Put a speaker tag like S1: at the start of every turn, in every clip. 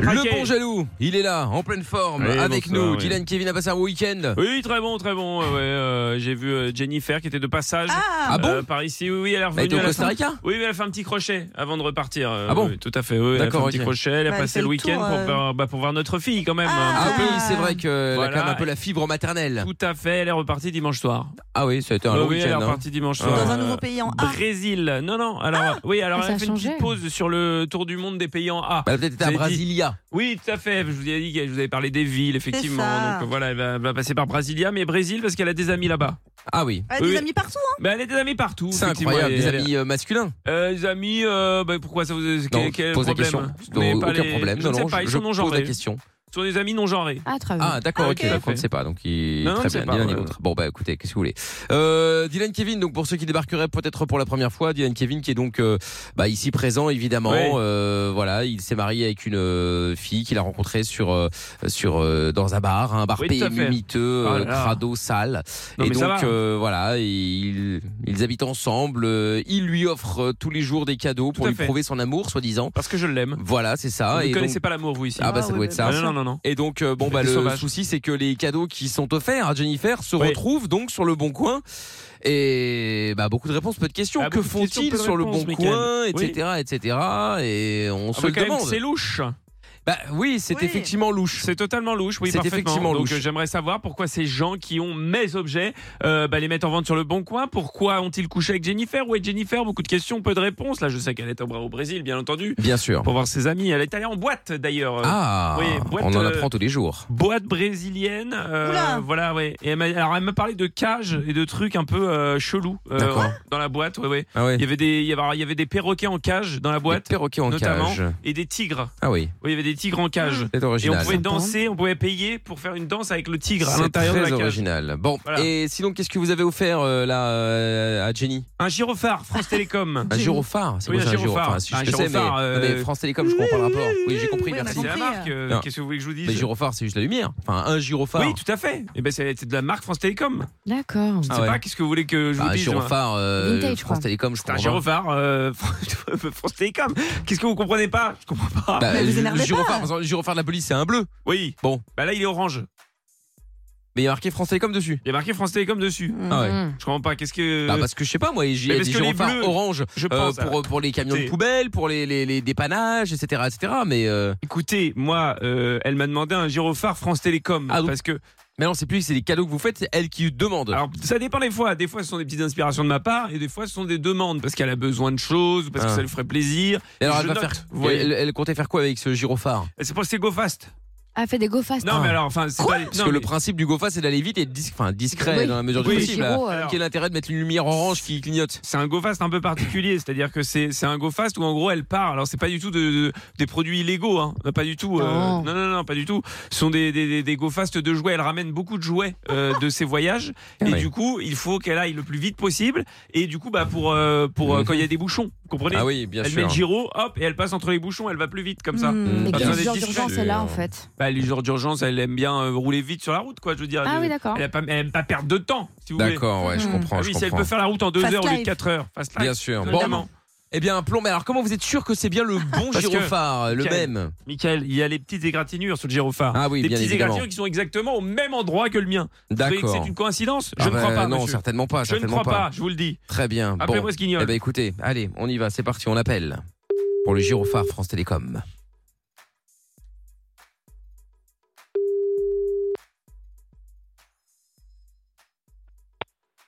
S1: Le bon jaloux, il est là, en pleine forme,
S2: Oui,
S1: avec
S2: bonsoir,
S1: nous.
S2: oui. Euh,
S1: Dylan Kevin a passé un week-end.
S2: Oui, très bon, très bon. euh, ouais, euh, j'ai vu euh, Jennifer qui était de passage
S1: Ah
S2: euh,
S1: bon
S2: par ici. Oui, oui, elle est
S1: Bah,
S2: revenue.
S1: elle était au
S2: elle a
S1: Costa
S2: fait-
S1: Rica
S2: Oui, mais elle a fait un petit crochet avant de repartir. euh,
S1: Ah bon
S2: oui, Tout à fait. Oui, elle a fait
S1: D'accord,
S2: un petit
S1: ok.
S2: crochet. Elle a
S3: Bah, elle
S2: passé
S3: fait
S2: le
S3: le
S2: week-end
S3: tour,
S2: pour,
S3: euh.
S2: voir- bah, pour voir notre fille quand même.
S3: Ah,
S1: Ah
S2: un
S1: oui,
S2: peu.
S1: c'est vrai qu'elle a quand
S2: Voilà.
S1: même un peu la fibre maternelle.
S2: Tout à fait. Elle est repartie dimanche soir.
S1: Ah oui, ça a été un
S2: Bah
S1: long
S2: oui, elle est
S1: week-end. hein.
S2: repartie dimanche soir.
S3: Dans un nouveau
S2: Euh,
S3: pays
S1: Ah.
S3: en A.
S2: Brésil. Non, non. Alors, oui, alors
S4: Ah,
S2: elle
S4: ça
S2: a fait
S4: a
S2: une
S4: changé.
S2: petite pause sur le tour du monde des pays en A.
S1: Bah, elle a peut-être
S2: Vous
S1: été à
S2: avez dit-
S1: Brasilia.
S2: Oui, tout à fait. Je vous ai dit que je vous avais parlé des villes, effectivement.
S3: ça.
S2: Donc euh, voilà, elle va, elle va passer par Brasilia, mais Brésil parce qu'elle a des amis là-bas.
S1: Ah oui.
S3: Elle a
S2: Oui,
S3: des
S2: oui.
S3: amis partout, hein.
S2: Mais Bah, elle a des amis partout.
S1: C'est
S2: effectivement.
S1: incroyable,
S2: Elle-
S1: des
S2: elle-
S1: amis euh, masculins.
S2: Euh, les amis, euh, bah, pourquoi ça vous
S1: Non,
S2: quel, quel
S1: pose la
S2: problème hein.
S1: question.
S2: Mais
S1: Non,
S2: pas
S1: aucun
S2: les-
S1: problème.
S2: Je
S1: non,
S2: ne sais
S1: non,
S2: pas, ils
S1: je
S2: sont non
S1: pose la
S2: genrée. Ce
S1: question.
S2: sont des amis non genrés.
S4: Ah, très bien.
S1: Ah d'accord,
S3: Ah,
S1: ok.
S3: ok.
S1: Donc on ne sait pas. Donc il...
S2: Non, non, on
S1: très
S2: ne sait
S1: bien, ni
S2: pas,
S1: l'un ni
S2: ouais.
S1: l'autre. Bon bah écoutez, qu'est-ce que vous voulez. Euh, Dylan Kevin, donc pour ceux qui débarqueraient peut-être pour la première fois, Dylan Kevin qui est donc euh, bah, ici présent évidemment.
S2: Oui.
S1: Euh, voilà, il s'est marié avec une euh, fille qu'il a rencontrée sur euh, sur euh, dans un bar, un bar
S2: Oui, tout à
S1: PMU
S2: fait.
S1: miteux,
S2: Oh
S1: euh,
S2: là là.
S1: crado, sale.
S2: Non,
S1: Et
S2: mais ça
S1: donc
S2: va. hein.
S1: euh, voilà, ils, ils habitent ensemble. euh, il lui offre euh, tous les jours des cadeaux pour
S2: à
S1: lui
S2: fait.
S1: prouver son amour, soi-disant.
S2: Parce que je l'aime.
S1: Voilà, c'est ça.
S2: vous
S1: ah, et
S2: ne connaissez
S1: donc-
S2: pas l'amour, vous ici.
S1: Ah bah ça
S3: Ah,
S1: doit
S3: ouais,
S1: être
S3: bah,
S1: ça.
S2: Ah, non, non, non, non.
S1: Et donc, euh, bon, bah,
S2: Des
S1: le
S2: sauvages.
S1: souci, c'est que les cadeaux qui sont offerts à Jennifer se
S2: Oui.
S1: retrouvent donc sur le bon coin. Et bah, beaucoup de réponses, peu de questions.
S2: Ah,
S1: que
S2: beaucoup de questions,
S1: font-ils
S2: peu de
S1: sur le bon
S2: réponses, Mickaël.
S1: coin,
S2: Oui.
S1: etc., etc. Et on
S2: Ah
S1: se
S2: bah,
S1: le
S2: quand même,
S1: demande.
S2: C'est louche.
S1: Bah oui, c'est
S3: Oui.
S1: effectivement louche.
S2: C'est totalement louche, oui,
S1: C'est
S2: parfaitement.
S1: effectivement
S2: Donc,
S1: louche.
S2: euh, j'aimerais savoir pourquoi ces gens qui ont mes objets euh, bah, les mettent en vente sur le bon coin. Pourquoi ont-ils couché avec Jennifer Où est Jennifer Beaucoup de questions, peu de réponses. Là, je sais qu'elle est au, au Brésil, bien entendu,
S1: Bien sûr.
S2: pour voir ses amis. Elle est allée en boîte, d'ailleurs. euh,
S1: Ah,
S2: oui, boîte,
S1: on en
S2: euh,
S1: apprend tous les jours.
S2: Boîte brésilienne, euh,
S3: Oula.
S2: voilà, ouais. Et elle m'a, alors elle m'a parlé de cages et de trucs un peu euh, chelous euh,
S1: D'accord.
S2: dans la boîte, ouais, ouais.
S1: Ah ouais.
S2: Il y avait des, il y avait, alors, il y avait des perroquets en cage dans la
S1: Des
S2: boîte,
S1: perroquets en
S2: notamment,
S1: cage.
S2: et des tigres.
S1: Ah oui,
S2: Oui, il y avait des tigres en cage.
S3: Ah,
S1: c'est
S2: Et on
S1: original.
S2: pouvait
S4: Sympa.
S2: danser, on pouvait payer pour faire une danse avec le tigre à
S1: C'est
S2: l'intérieur de la
S1: très
S2: cage.
S1: original. Bon,
S2: Voilà.
S1: et sinon, qu'est-ce que vous avez offert euh, là euh, à Jenny
S2: Un gyrophare, France Télécom.
S1: Un gyrophare, c'est
S2: Oui,
S1: quoi
S2: un
S1: ça, un
S2: gyrophare.
S1: gyrophare Enfin, si
S2: Un
S1: je sais, mais-
S2: gyrophare, euh,
S1: non, mais France Télécom, je comprends pas le rapport. Oui, j'ai compris,
S3: Mmh, Oui, on a
S1: merci.
S2: C'est la
S3: compris,
S2: marque. euh,
S1: Non.
S2: Qu'est-ce que vous voulez que je vous dise
S1: Mais gyrophare, c'est juste la lumière. Enfin, un gyrophare.
S2: Oui, tout à fait. Et ben c'est c'est de la marque France Télécom.
S4: D'accord.
S2: Je
S1: Ah
S2: sais
S1: ouais.
S2: pas qu'est-ce que vous voulez que je
S1: Bah,
S2: vous
S1: un
S2: dise. moi.
S1: gyrophare, euh,
S4: Vintage, je
S1: France
S4: crois.
S1: Télécom, je
S2: C'est un
S1: comprends. pas.
S2: gyrophare euh, France Télécom. Qu'est-ce que vous comprenez pas Je comprends pas.
S1: Bah,
S3: Mais vous
S1: le-
S3: énervez
S1: le gyrophare,
S3: pas.
S1: par exemple, le gyrophare de la police, c'est un bleu.
S2: oui.
S1: Bon.
S2: Bah là, il est orange.
S1: Mais il y a marqué France Télécom dessus.
S2: Il y a marqué France Télécom dessus.
S1: Ah ouais.
S4: Mm.
S2: Je comprends pas. Qu'est-ce que
S1: Bah, parce que je sais pas, moi, il y
S2: Mmh. Mais
S1: a
S2: parce
S1: des
S2: que les
S1: gyrophares
S2: bleus,
S1: orange
S2: je
S1: euh,
S2: pense à-
S1: pour, pour les camions de
S2: Écoutez.
S1: poubelle, pour les, les, les dépannages, etc. etc. mais, euh,
S2: Écoutez, moi, euh, elle m'a demandé un gyrophare France Télécom
S1: Ah, donc-
S2: parce que
S1: mais non, c'est plus que c'est les cadeaux que vous faites, c'est elle qui demande.
S2: alors ça dépend des fois. Des fois, ce sont des petites inspirations de ma part et des fois, ce sont des demandes parce qu'elle a besoin de choses, parce
S1: Ah.
S2: que ça lui ferait plaisir.
S1: Et alors,
S2: je
S1: elle va
S2: note,
S1: faire.
S2: vous voyez.
S1: Elle, elle comptait faire quoi avec ce gyrophare
S2: Et C'est pour c'est Go Fast.
S4: Ah, fait des go fast.
S2: Non,
S1: Ah.
S2: mais alors, enfin, c'est
S4: Quoi
S2: pas.
S1: Parce
S2: non,
S1: que
S2: mais-
S1: le principe du GoFast, c'est d'aller vite et dis- enfin, discret
S4: Oui.
S1: dans la mesure du
S2: Oui.
S1: possible.
S4: Giro,
S1: là.
S4: euh.
S1: Quel intérêt de mettre une lumière orange qui clignote
S2: c'est un go fast un peu particulier, c'est-à-dire que c'est c'est un go fast où en gros elle part. Alors c'est pas du tout de, de- des produits illégaux, hein. pas du tout. euh,
S4: Non.
S2: non, non, non, pas du tout. Ce sont des, des, des, des go fast de jouets. Elle ramène beaucoup de jouets euh, de ses voyages
S1: Ah
S2: et
S1: oui.
S2: du coup il faut qu'elle aille le plus vite possible. Et du coup bah pour euh, pour euh,
S1: Mhm.
S2: quand il y a des bouchons, vous comprenez
S1: Ah oui, bien
S2: Elle met
S1: sûr.
S2: le gyro, hop, et elle passe entre les bouchons. Elle va plus vite comme ça.
S3: Hmm.
S4: Mais
S2: Pas besoin
S4: quel
S2: d'être
S4: genre
S2: discret.
S4: d'urgence est là, en fait
S2: Bah, les jours d'urgence, elle aime bien euh, rouler vite sur la route, quoi. Je veux dire.
S4: Ah
S2: elle,
S4: oui, d'accord.
S2: elle a pas- elle aime pas perdre de temps, si vous voulez.
S1: D'accord, ouais, je
S3: Mm.
S1: comprends.
S2: Ah
S1: je
S2: oui, si elle
S1: comprends.
S2: peut faire la route en deux
S3: Fast
S2: heures au lieu de
S3: life.
S2: 4 heures. Fast life.
S1: Bien sûr. Bon,
S2: Évidemment.
S1: eh bien, plomb. Mais alors, comment vous êtes sûr que c'est bien le bon
S2: Parce que-
S1: gyrophare, le
S2: Quel-
S1: même
S2: Michael, il y a les petites égratignures sur le gyrophare.
S1: Ah oui,
S2: des
S1: bien
S2: petites
S1: évidemment.
S2: égratignures qui sont exactement au même endroit que le mien. Vous croyez que
S1: D'accord.
S2: C'est une coïncidence Je
S1: Ah
S2: ne
S1: bah,
S2: crois pas.
S1: Non,
S2: monsieur.
S1: certainement pas.
S2: Je ne
S1: certainement
S2: crois pas. je vous le dis.
S1: Très bien. Bon.
S2: Appelez-moi ce guignol.
S1: Eh bien, écoutez, allez, on y va. C'est parti. On appelle pour le gyrophare France Télécom.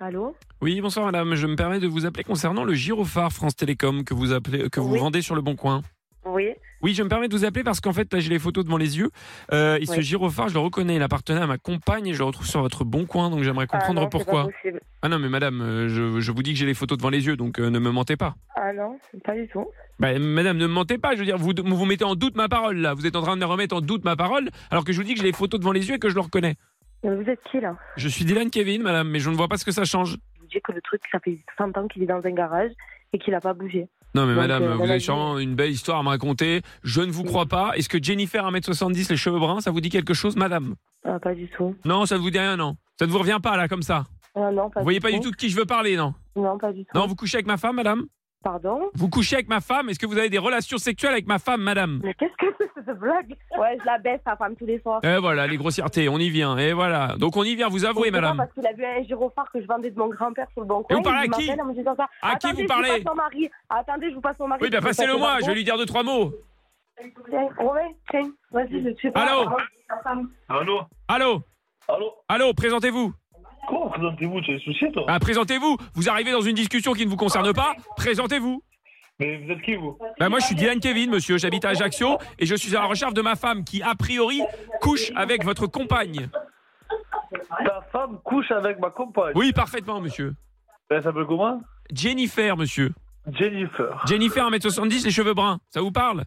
S5: Allô
S2: Oui, bonsoir madame. Je me permets de vous appeler concernant le gyrophare France Télécom que vous, appelez, que vous
S5: Oui.
S2: vendez sur le Bon Coin.
S5: Oui.
S2: Oui, je me permets de vous appeler parce qu'en fait, là, j'ai les photos devant les yeux. Euh, et ce
S5: Oui.
S2: gyrophare, je le reconnais, il appartenait à ma compagne et je le retrouve sur votre Bon Coin, donc j'aimerais comprendre
S5: ah non, c'est
S2: pourquoi.
S5: Pas possible.
S2: Ah non, mais madame, euh, je, je vous dis que j'ai les photos devant les yeux, donc euh, ne me mentez pas.
S5: Ah non, pas du tout.
S2: Bah, madame, ne me mentez pas, je veux dire, vous, vous mettez en doute ma parole là, vous êtes en train de remettre en doute ma parole alors que je vous dis que j'ai les photos devant les yeux et que je le reconnais.
S5: Mais vous êtes qui là
S2: Je suis Dylan Kevin, madame, mais je ne vois pas ce que ça change.
S5: Je vous
S3: dit que le truc, ça fait 100 ans qu'il est dans un garage et qu'il n'a pas bougé.
S2: Non, mais
S3: Donc,
S2: madame,
S3: euh,
S2: vous
S3: voilà,
S2: avez
S3: je-
S2: sûrement une belle histoire à me raconter. Je ne vous crois pas. Est-ce que Jennifer, 1m70, les cheveux bruns, ça vous dit quelque chose, madame
S3: Ah, pas du tout.
S2: Non, ça ne vous dit rien, non Ça ne vous revient pas, là, comme ça
S3: Ah, non, pas
S2: Vous voyez pas du tout de qui je veux parler, non
S3: Non, pas du tout.
S2: Non, vous couchez avec ma femme, madame
S3: Pardon
S2: Vous couchez avec ma femme Est-ce que vous avez des relations sexuelles avec ma femme, madame
S3: Mais qu'est-ce que c'est cette blague Ouais, je la baisse, sa femme, tous les soirs.
S2: Et Eh voilà, les grossièretés, on y vient, et voilà. Donc on y vient, vous Euh, avouez,
S3: Je sais pas,
S2: madame.
S3: Parce qu'il a vu un gyrophare que je vendais de mon grand-père sur le bon coin.
S2: vous parlez
S3: il
S2: à qui
S3: m'appelle en me disant ça.
S2: À qui
S3: Attendez,
S2: vous
S3: je
S2: parlez
S3: passe mon mari. Attendez, je vous passe mon mari.
S2: Oui, bien
S3: Je vous passe
S2: passez-le
S3: mon
S2: moi,
S3: mari.
S2: je vais lui dire deux, trois mots.
S3: Tiens, Romain, tiens, vas-y, je te fais pas.
S2: Allô
S5: Allô
S2: Allô
S5: Allô
S2: Allô, présentez-vous.
S5: Comment présentez-vous Tu as des soucis, toi
S2: Ah, présentez-vous. Vous arrivez dans une discussion qui ne vous concerne pas, présentez-vous.
S5: Mais vous êtes qui, vous
S2: Bah, moi, je suis Dylan Kevin, monsieur, j'habite à Ajaccio et je suis à la recherche de ma femme qui, a priori, couche avec votre compagne.
S5: Ta femme couche avec ma compagne.
S2: Oui, parfaitement, monsieur.
S5: Elle s'appelle comment
S2: Jennifer, monsieur.
S5: Jennifer.
S2: Jennifer, 1m70, les cheveux bruns. Ça vous parle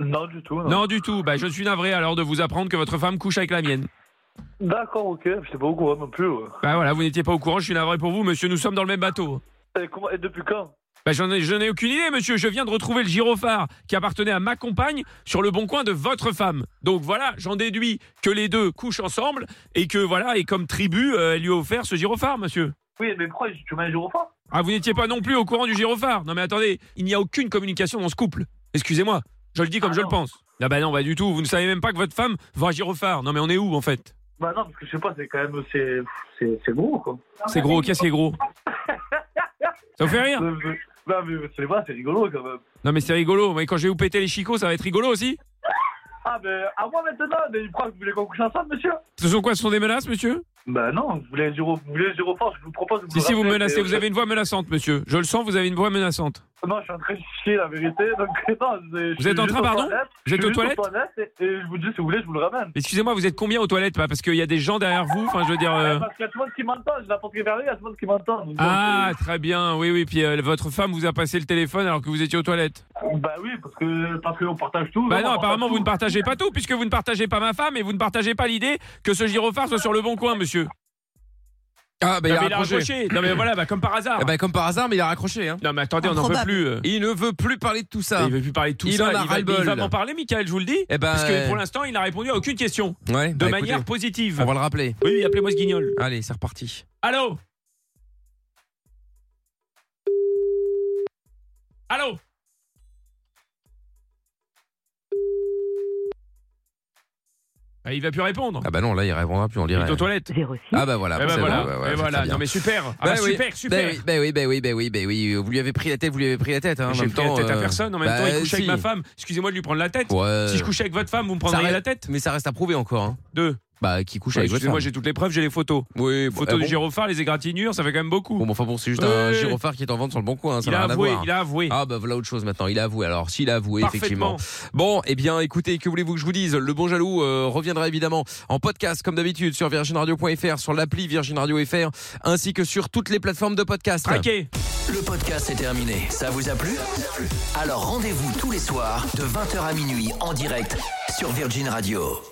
S5: Non, du tout.
S2: Non, du tout. Bah, je suis navré alors de vous apprendre que votre femme couche avec la mienne.
S5: D'accord, ok. Je sais pas au courant non plus. ouais.
S2: Bah voilà, vous n'étiez pas au courant, je suis navré pour vous, monsieur, nous sommes dans le même bateau.
S5: Et, comment... Et depuis quand
S2: Bah j'en ai, je n'ai aucune idée, monsieur, je viens de retrouver le gyrophare qui appartenait à ma compagne sur le bon coin de votre femme. Donc voilà, j'en déduis que les deux couchent ensemble et que voilà, et comme tribu, euh, elle lui a offert ce gyrophare, monsieur.
S5: Oui, mais pourquoi tu mets un gyrophare
S2: Ah, vous n'étiez pas non plus au courant du gyrophare. Non mais attendez, il n'y a aucune communication dans ce couple. Excusez-moi, je le dis comme
S5: Ah
S2: je
S5: non.
S2: le pense. Ah bah non, bah du tout, vous ne savez même pas que votre femme vend un gyrophare. Non mais on est où en fait
S5: Bah non, parce que je sais pas, c'est quand même. C'est, c'est... c'est gros, quoi.
S2: C'est gros, qu'est-ce qui est gros Ça vous fait rire
S5: Non, Euh, mais non, mais c'est pas, c'est rigolo quand même.
S2: Non mais c'est rigolo, mais quand je vais vous péter les chicots, ça va être rigolo aussi
S5: Ah, mais à moi maintenant Mais pourquoi vous voulez qu'on couche ensemble, monsieur
S2: Ce sont quoi Ce sont des menaces, monsieur
S5: Bah non, vous voulez un gyro- vous voulez un gyrophare, je vous propose. de
S2: Si, si, vous me
S5: rappeler,
S2: menacez,
S5: mais-
S2: vous avez une voix menaçante, monsieur. Je le sens, vous avez une voix menaçante.
S5: Non, je suis en train de chier la vérité. Donc, non, je- je
S2: Vous
S5: suis
S2: êtes en
S5: juste
S2: train,
S5: aux
S2: pardon
S5: toilettes.
S2: Vous êtes
S5: Je suis
S2: aux
S5: juste
S2: toilettes
S5: et, et je vous dis, si vous voulez, je vous le ramène.
S2: Excusez-moi, vous êtes combien aux toilettes bah, Parce qu'il y a des gens derrière vous, enfin, je veux dire... euh,
S5: Eh, Parce qu'il y a tout le monde qui m'entend, j'ai n'importe qui parler, il y a tout le monde qui m'entend. donc,
S2: Ah, très bien, oui, oui, puis euh, votre femme vous a passé le téléphone alors que vous étiez aux toilettes.
S5: euh, Bah oui, parce que parce qu'on partage tout.
S2: Bah
S5: on
S2: non,
S5: partage
S2: apparemment,
S5: tout.
S2: vous ne partagez pas tout, puisque vous ne partagez pas ma femme et vous ne partagez pas l'idée que ce gyrophare soit sur le bon coin, monsieur.
S1: Ah, bah, il
S2: Non,
S1: a
S2: mais ben, il a
S1: raccroché.
S2: raccroché. Non mais voilà, bah, comme par hasard.
S1: Ah, bah, comme par hasard, mais il a raccroché, hein.
S2: Non mais attendez, on n'en peut
S6: Improbable.
S2: plus. euh.
S1: Il ne veut plus parler de tout ça.
S2: Il veut plus parler de tout
S1: Il
S2: ça.
S1: en a
S2: il va,
S1: ras-le-bol.
S2: il va m'en parler, Michael, je vous le dis.
S1: Eh ben,
S2: Parce que pour l'instant, il n'a répondu à aucune question.
S1: ouais,
S2: De
S1: bah,
S2: manière
S1: écoutez,
S2: positive.
S1: on va le rappeler.
S2: Oui, oui, appelez-moi ce guignol.
S1: Allez, c'est reparti.
S2: Allô Allô Ah, Il va plus répondre.
S1: Ah bah non, là il répondra plus, on
S2: Il
S1: dirait.
S2: est aux toilettes.
S1: Ah bah voilà,
S2: Eh ben
S1: c'est
S2: voilà,
S1: bon, ouais, ouais,
S2: eh
S1: c'est
S2: voilà.
S1: très bien.
S2: Non mais super, Ah
S1: Bah
S2: bah
S1: oui.
S2: super, super.
S1: Bah oui, bah oui, bah oui, bah oui, bah oui. Vous lui avez pris la tête, vous lui avez pris la tête. Hein, en
S2: J'ai
S1: même
S2: pris la
S1: temps,
S2: tête à
S1: euh,
S2: personne. En même
S1: bah,
S2: temps, il couche avec
S1: si.
S2: ma femme. Excusez-moi de lui prendre la tête.
S1: Ouais.
S2: Si je couchais avec votre femme, vous me prendriez
S1: Ça
S2: la
S1: reste-
S2: tête.
S1: Mais ça reste à prouver encore. Hein.
S2: Deux.
S1: Bah qui couche avec votre
S2: Excusez-moi,
S1: femme.
S2: j'ai toutes les preuves, j'ai les photos.
S1: Oui, bon,
S2: Photos
S1: ah
S2: du
S1: bon
S2: gyrophare, les égratignures, ça fait quand même beaucoup.
S1: Bon, mais enfin bon, c'est juste un
S2: Ouais.
S1: gyrophare qui est en vente sur le bon coin. hein, Ça
S2: il,
S1: n'a
S2: a
S1: rien à
S2: avoué,
S1: voir.
S2: il a avoué,
S1: Ah bah voilà autre chose maintenant, il a avoué. Alors s'il a avoué effectivement.
S2: Parfaitement.
S1: Bon, eh bien écoutez, que voulez-vous que je vous dise Le bon jaloux euh, reviendra évidemment en podcast comme d'habitude sur virginradio.fr, sur l'appli Virgin Radio FR ainsi que sur toutes les plateformes de podcast.
S2: Traqué.
S7: Le podcast est terminé. Ça vous a plu Alors rendez-vous tous les soirs de 20h à minuit en direct sur Virgin Radio.